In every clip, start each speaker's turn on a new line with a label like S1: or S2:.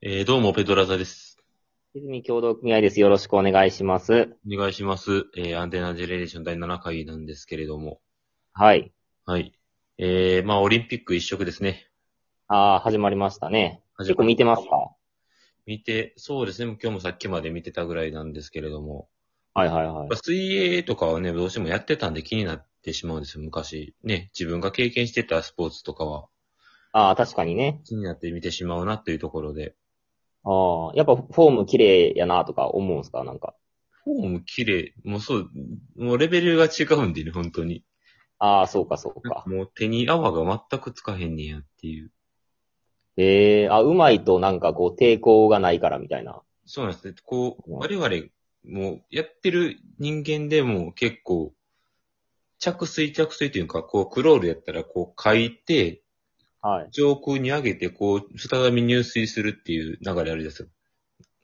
S1: えー、どうも、ペドラザです。
S2: 泉協同組合です。よろしくお願いします。
S1: お願いします。えー、アンテナジェネレーション第7回なんですけれども。
S2: はい。
S1: はい。えー、まあ、オリンピック一色ですね。
S2: ああ、始まりましたね。
S1: 始ま
S2: 結構見てますか
S1: 見て、そうですね。今日もさっきまで見てたぐらいなんですけれども。
S2: はいはいはい
S1: まあ。水泳とかはね、どうしてもやってたんで気になってしまうんですよ、昔。ね、自分が経験してたスポーツとかは
S2: ああ、確かにね。
S1: 気になって見てしまうなっていうところで。
S2: ああ、やっぱフォーム綺麗やなとか思うんすかなんか。
S1: フォーム綺麗。もうそう、もうレベルが違うんでね、本当に。
S2: ああ、そうかそうか。
S1: もう手に泡が全くつかへんねやっていう。
S2: ええあ、うまいとなんかこう抵抗がないからみたいな。
S1: そうなんですね。こう、
S2: うん
S1: 我々、もう、やってる人間でも結構、着水着水というか、こう、クロールやったら、こう、書いて、
S2: はい。
S1: 上空に上げて、こう、再び入水するっていう流れあるですよ。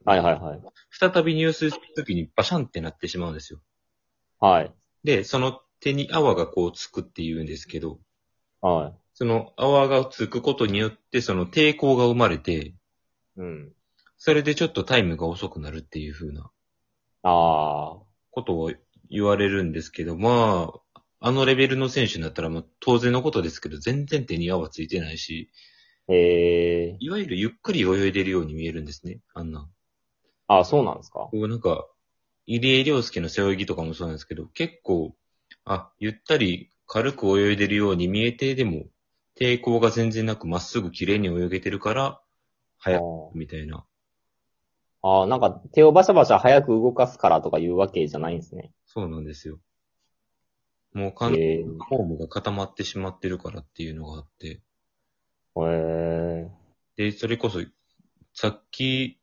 S2: はいはいはい。
S1: 再び入水するときにバシャンってなってしまうんですよ。
S2: はい。
S1: で、その手に泡がこうつくって言うんですけど、
S2: は
S1: その泡がつくことによって、その抵抗が生まれて、
S2: い。うん。
S1: それでちょっとタイムが遅くなるっていう風な
S2: ああ、
S1: ことを言われるんですけど、まあ、あのレベルの選手になったら、まあ、当然のことですけど、全然手に泡ついてないし、
S2: ええ
S1: いわゆるゆっくり泳いでるように見えるんですね、あんな。
S2: ああ、そうなんですか
S1: こうなんか、入江良介の背泳ぎとかもそうなんですけど、結構、あ、ゆったり軽く泳いでるように見えて、でも、抵抗が全然なくまっすぐ綺麗に泳げてるから、
S2: あ
S1: 速く、
S2: ー
S1: みたいな。
S2: あー、なんか手をバシャバシャ早く動かすからとかいうわけじゃないんですね。
S1: そうなんですよ。もう完全に
S2: ええ
S1: フォームが固まってしまってるからっていうのがあって。
S2: ええ
S1: で、それこそ、さっき、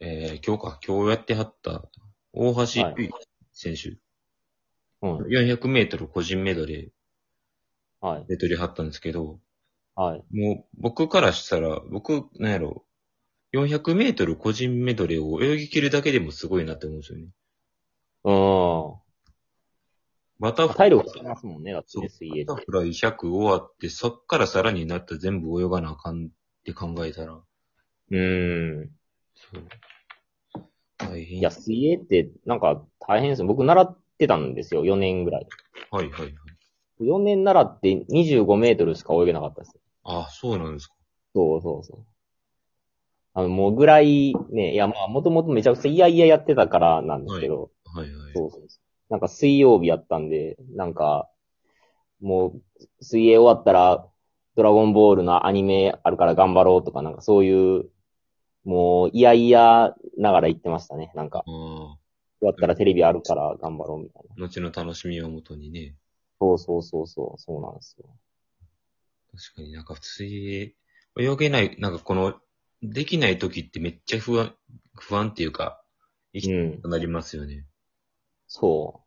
S1: えー、今日か、今日やってはった、大橋
S2: はい
S1: 悠依選手、
S2: うん。
S1: 400メートル個人メドレ
S2: はい
S1: ー、。で取りはったんですけど、
S2: はい。
S1: もう僕からしたら、僕、なんやろ、400メートル個人メドレーを泳ぎ切るだけでもすごいなって思うんですよね。
S2: うん。
S1: バタフラ
S2: 体
S1: イ、
S2: 力つきますもんね、だって
S1: そう
S2: ね、水泳っ
S1: バタ
S2: て。
S1: フライ100終わって、そっからさらになったら全部泳がなあかんって考えたら、
S2: うーん。
S1: そう。大変。
S2: いや、水泳って、なんか、大変ですよ。僕、習ってたんですよ、4年ぐらい。
S1: はいはいはい。
S2: 4年習って25メートルしか泳げなかったです。
S1: あ、そうなんですか。
S2: そうそうそう。あの、もうぐらい、ね、いや、まあ、もともとめちゃくちゃ嫌々やってたからなんですけど、
S1: はいはい。
S2: そうそうそう。なんか、水曜日やったんで、なんか、もう、水泳終わったら、ドラゴンボールのアニメあるから頑張ろうとか、なんかそういう、もう、嫌々ながら言ってましたね、なんか。
S1: ああ、
S2: 終わったらテレビあるから頑張ろうみたいな。
S1: 後の楽しみをもとにね、
S2: そうそうそうそう、そうなんですよ。
S1: 確かになんか水泳、泳げない、なんかこの、できない時ってめっちゃ不安、不安っていうか、生き
S2: うん
S1: た。くなりますよね。
S2: そ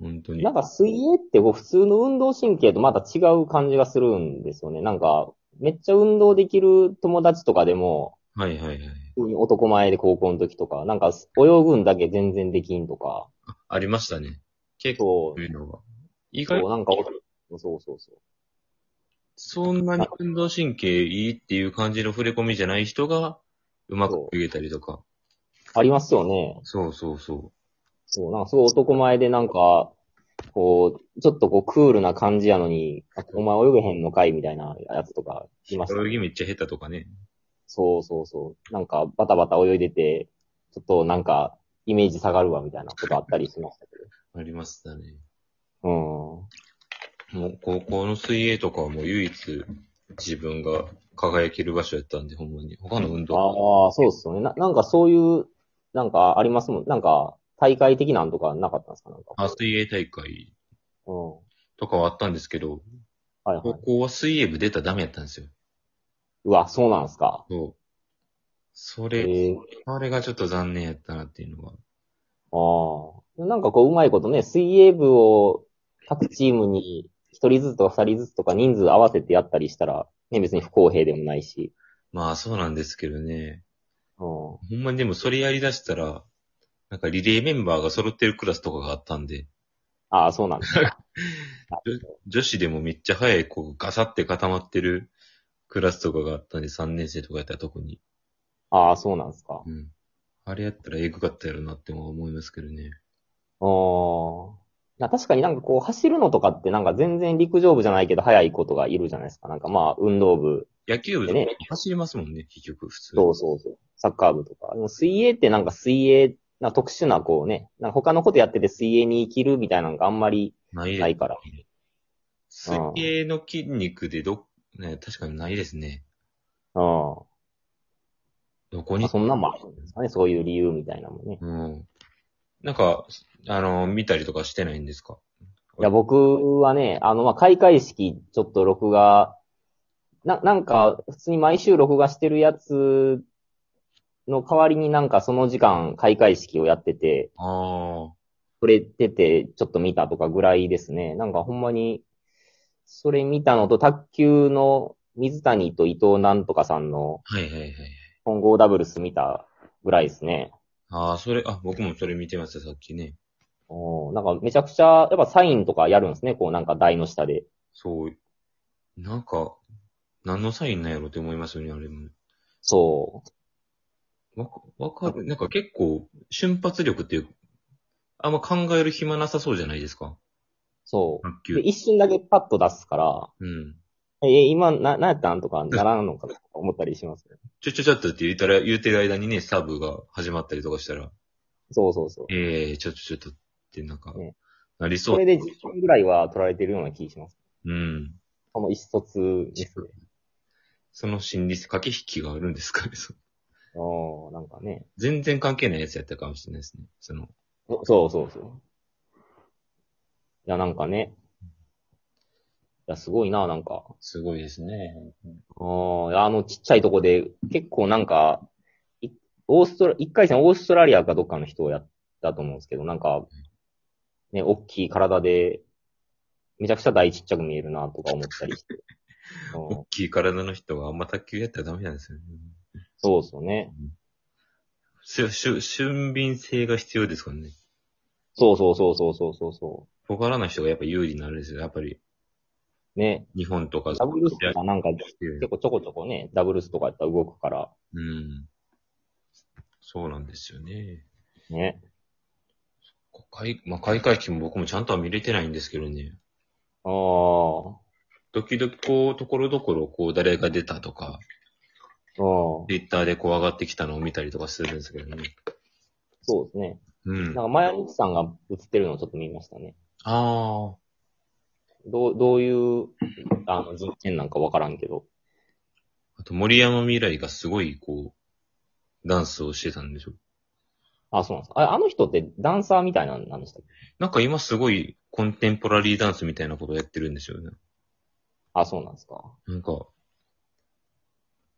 S1: 本当
S2: う。
S1: に。
S2: なんか水泳ってこう普通の運動神経とまた違う感じがするんですよね。なんか、めっちゃ運動できる友達とかでも、
S1: はいはいはい。
S2: 普通に男前で高校の時とか、なんか泳ぐんだけ全然できんとか、
S1: ありましたね。結構そ
S2: そ
S1: う
S2: う、
S1: いうのが。意外
S2: そう、
S1: と
S2: なんか、そうそうそう。
S1: そんなに運動神経いいっていう感じの触れ込みじゃない人が、うまく泳げたりとか。
S2: ありますよね。
S1: そうそうそ
S2: そう、なんかすごい男前でなんか、こう、ちょっとこうクールな感じやのに、あお前泳げへんのかいみたいなやつとかいましたね
S1: う。泳ぎめっちゃ下手とかね。
S2: そうそうそう。なんか、バタバタ泳いでて、ちょっとなんか、イメージ下がるわみたいなことあったりしましたけ
S1: ありましたね。
S2: ど。うん。
S1: もう高校の水泳とかはもう唯一自分が輝ける場所やったんで、ほんまに。他の運動
S2: ああ、そうですよねな。なんかそういう、なんかありますもん。なんか、大会的なんとかなかったんですかなんか。
S1: あ、水泳大会
S2: うん。
S1: とかはあったんですけど、
S2: はい
S1: 高
S2: はい。
S1: 校は水泳部出たらダメやったんですよ。
S2: うわ、そうなんですか。
S1: そう。そ
S2: え
S1: れ、
S2: え
S1: あれがちょっと残念やったなっていうのが。
S2: ああ。なんかこう、うまいことね、水泳部を各チームに一人ずつとか二人ずつとか人数合わせてやったりしたら、ね、別に不公平でもないし。
S1: まあそうなんですけどね。
S2: うん。
S1: ほんまにでもそれやりだしたら、なんかリレーメンバーが揃ってるクラスとかがあったんで、
S2: ああ、そうなんですか。
S1: 女子でもめっちゃ早い子がガサって固まってるクラスとかがあったんで、3年生とかやったら特に。
S2: ああ、そうなんですか。
S1: うん。あれやったらえぐかったやろなって思いますけどね。
S2: ああ。な確かになんかこう走るのとかってなんか全然陸上部じゃないけど速いことがいるじゃないですか。なんかまあ運動部、
S1: 野球部とか
S2: ね
S1: 走りますもんね、結局、普通。
S2: そうそうそう、サッカー部とか。でも水泳ってなんか水泳、なんか特殊なこうね、なんか他のことやってて水泳に生きるみたいなのがあんまり
S1: ないです
S2: ないから。
S1: 水泳の筋肉でど、ね、確かにないですね。
S2: うん。
S1: どこ
S2: ま
S1: に
S2: あ、そんなんもあるんですかね。そういう理由みたいなのもね。
S1: うん。なんか、あの、見たりとかしてないんですか
S2: いや、僕はね、あの、まあ、開会式、ちょっと録画、な、なんか、普通に毎週録画してるやつの代わりになんかその時間開会式をやってて、
S1: ああ。
S2: 触れてて、ちょっと見たとかぐらいですね。なんかほんまに、それ見たのと、卓球の水谷と伊藤なんとかさんの
S1: はいはいはい。
S2: 混合ダブルス見たぐらいですね。
S1: ああ、それ、あ、僕もそれ見てました、さっきね。
S2: おーなんかめちゃくちゃ、やっぱサインとかやるんですね。こうなんか台の下で。
S1: そう。なんか、何のサインなんやろって思いますよね、あれも。
S2: そう。
S1: わか、わかる。なんか結構、瞬発力っていう、あんま考える暇なさそうじゃないですか。
S2: そう。
S1: 卓球
S2: で、。一瞬だけパッと出すから、
S1: うん。
S2: え、今、な、なんやったんとかならんのかなとか思ったりしますね。
S1: ちょちょちょっとって言ったら、言うてる間にね、サーブが始まったりとかしたら、
S2: そうそうそう。
S1: ええちょちょちょっとってなんか
S2: ね、
S1: なりそ
S2: こ
S1: う。
S2: れで10分ぐらいは取られてるような気します。
S1: うん。
S2: この一卒ですね。
S1: その心理駆け引きがあるんですかね。 そう
S2: おーなんかね。
S1: 全然関係ないやつやったかもしれないですね。その、
S2: そうそうそう。いや、なんかね。いや、すごいな、なんか。
S1: すごいですね。
S2: ああ、あのちっちゃいとこで、結構なんか、いオーストラ、一回戦オーストラリアかどっかの人をやったと思うんですけど、なんか、ね、大きい体で、めちゃくちゃ大ちっちゃく見えるなとか思ったりして。うん
S1: 大きい体の人はあんま卓球やったらダメなんですよね。
S2: そうですよね。
S1: し、し、俊敏性が必要ですからね。
S2: そうそうそうそうそうそうそ
S1: 小柄な人がやっぱ有利になるんですよ。やっぱり、
S2: う。ね、
S1: 日本とか。
S2: ダブルスとかなんか、
S1: うん
S2: 結構ちょこちょこね、ダブルスとかやったら動くから、
S1: うん。そうなんですよね。
S2: ね。
S1: 開、まあ、開会式も僕もちゃんとは見れてないんですけどね。
S2: ああ、
S1: 時々こう、ところどころこう、誰が出たとか、
S2: うん、
S1: ツイッターでこう上がってきたのを見たりとかするんですけどね。
S2: そうですね。
S1: うん。あ
S2: なんか、マヤニチさんが映ってるのをちょっと見ましたね。
S1: あ。
S2: どう、どういう、あの、人権なんかわからんけど。
S1: あと森山未来がすごいこう、ダンスをしてたんでしょ。
S2: あ、そうなんですか。ああの人ってダンサーみたいなんなんでしたっけ
S1: なんか今すごいコンテンポラリーダンスみたいなことをやってるんですよね。
S2: あ、そうなんですか。
S1: なんか、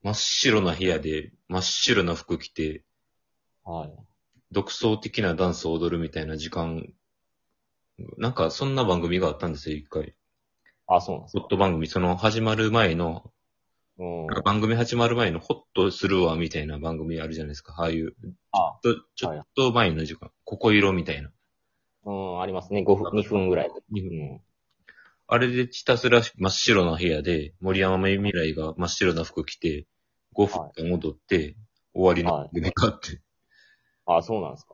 S1: 真っ白な部屋で真っ白な服着て、
S2: はい。
S1: 独創的なダンスを踊るみたいな時間、なんかそんな番組があったんですよ、一回。
S2: あ、そうなんです
S1: ホ
S2: か
S1: ッ。ト番組、その始まる前の、
S2: うん
S1: なんか。番組始まる前のホッとするわみたいな番組あるじゃないですか。ああいう、
S2: あ、
S1: とちょっと前の時間、ここ色みたいな。
S2: うん、ありますね。5分、2分ぐらい。
S1: 二分
S2: うん。
S1: あれでひたすら真っ白な部屋で、森山未来が真っ白な服着て、5分間踊って、終わりの
S2: はい
S1: 夢かって。
S2: あ、そうなんですか。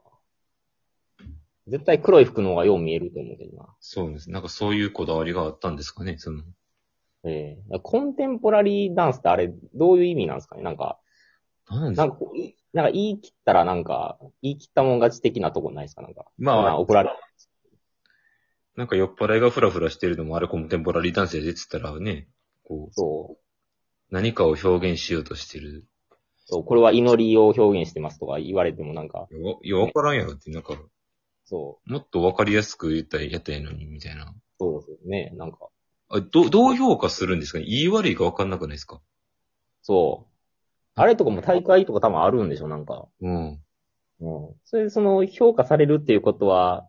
S2: 絶対黒い服の方がよう見えると思うけどな。
S1: そうです。なんかそういうこだわりがあったんですかね、その。
S2: ええコンテンポラリーダンスってあれ、どういう意味なんですかねなんか、
S1: なんです
S2: な
S1: か
S2: んかこう、いなんか言い切ったらなんか、言い切ったもん勝ち的なとこないですかなんか。
S1: ま
S2: なんか
S1: あ、
S2: 怒られる。
S1: なんか酔っ払いがフラフラしてるのもあれコンテンポラリーダンスで出てたらね、こう、
S2: そう。
S1: 何かを表現しようとしてる。
S2: そう、これは祈りを表現してますとか言われてもなんか、
S1: よ、よ、わからんやろって、なんか、
S2: そう、
S1: もっとわかりやすく言ったらやったらいいのに、みたいな。
S2: そうですよね。なんか、
S1: あ、ど、どう評価するんですかね言い悪いかわかんなくないですか
S2: そう。あれとかも大会とか多分あるんでしょ、なんか。
S1: うん。
S2: うん。それでその評価されるっていうことは、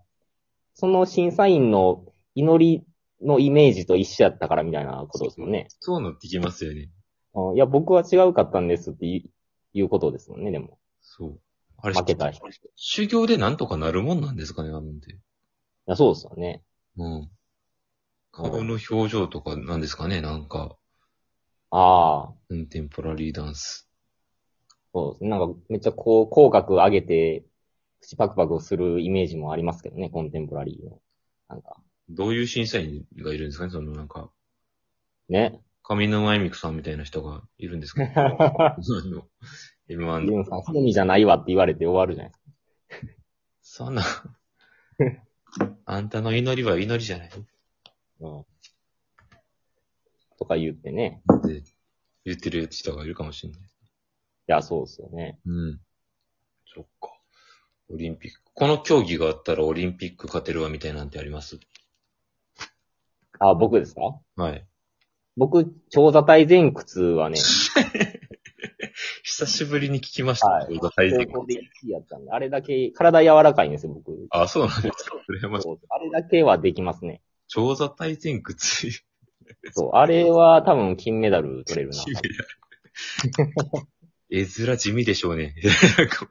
S2: その審査員の祈りのイメージと一緒やったからみたいなことですもんね。
S1: そうなってきますよね。
S2: うん、いや、僕は違うかったんですっていういうことですもんね、でも。
S1: そう。あれ、
S2: 負けた人。い
S1: 修行でなんとかなるもんなんですかね、なんで。
S2: や、そうですよね。
S1: うん。顔の表情とかなんですかね、なんか、
S2: ああ。
S1: コンテンポラリーダンス。
S2: そうですね。なんかめっちゃこう、口角上げて、口パクパクするイメージもありますけどね、コンテンポラリーの。なんか、
S1: どういう審査員がいるんですかねそのなんか、
S2: ね。
S1: 上沼恵美子さんみたいな人がいるんです かあの ?M1
S2: で
S1: で。
S2: もさ、好みじゃないわって言われて終わるじゃないですか。
S1: そ んな、あんたの祈りは祈りじゃない
S2: うん。とか言ってね。
S1: って言ってる人がいるかもしれない。
S2: いや、そうですよね。
S1: うん。そっか。オリンピック。この競技があったらオリンピック勝てるわみたいなんてあります
S2: あ、僕ですか
S1: はい。
S2: 僕、長座体前屈はね、
S1: 久しぶりに聞きました。
S2: はい
S1: この体
S2: 高
S1: 験
S2: 校で1位やったんで、あれだけ、体柔らかいんですよ、僕。
S1: あ、そうなんですか。羨ましい。
S2: そうあれだけはできますね。
S1: 長座体前屈。
S2: そう、あれは多分金メダル取 れるな。
S1: 地味だ絵面地味でしょう ね。 なんか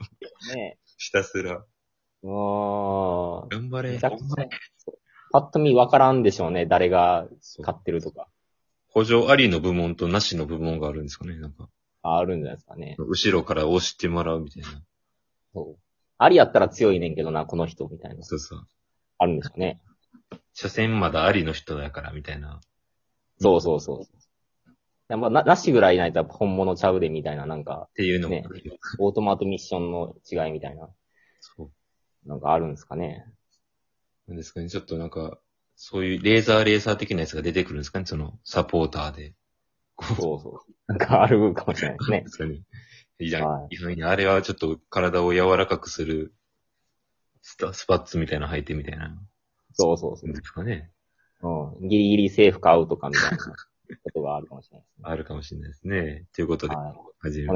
S2: ね
S1: ひたすら。
S2: うーん。
S1: 頑張れ。
S2: めちゃく
S1: 頑
S2: ち
S1: 張
S2: ゃ
S1: れ。
S2: パッと見わからんでしょうね、誰が
S1: そう
S2: 勝ってるとか。
S1: 補助ありの部門となしの部門があるんですかね。なんか、
S2: ああるんじゃないですかね。
S1: 後ろから押してもらうみたいな。
S2: そう。ありやったら強いねんけどな、この人、みたいな。
S1: そうそう。
S2: あるんですかね。
S1: 車線まだありの人だからみたいな。
S2: そうそうそう。いやまあ、な、なしぐらいないとやっぱ本物ちゃうで、みたいな、なんか、
S1: っていうのもあ
S2: ね
S1: るよ、
S2: オートマとミッションの違いみたいな、
S1: そう。
S2: なんかあるんですかね。
S1: なんですかね。ちょっとなんか、そういうレーザーレーサー的なやつが出てくるんですかね。その、サポーターで。こ
S2: そうそう。なんかあるかもしれないで
S1: う、
S2: すね
S1: で。すかね。いや、
S2: はい
S1: いや、あれはちょっと体を柔らかくする、スタスパッツみたいなの履いてみたいな。
S2: そうそうそ
S1: なんですかね。
S2: う。うん。ギリギリセーフかアウトかみたいなことがあるかもしれないですね。
S1: あるかもしれないですね。ということで、
S2: はい
S1: 始めます。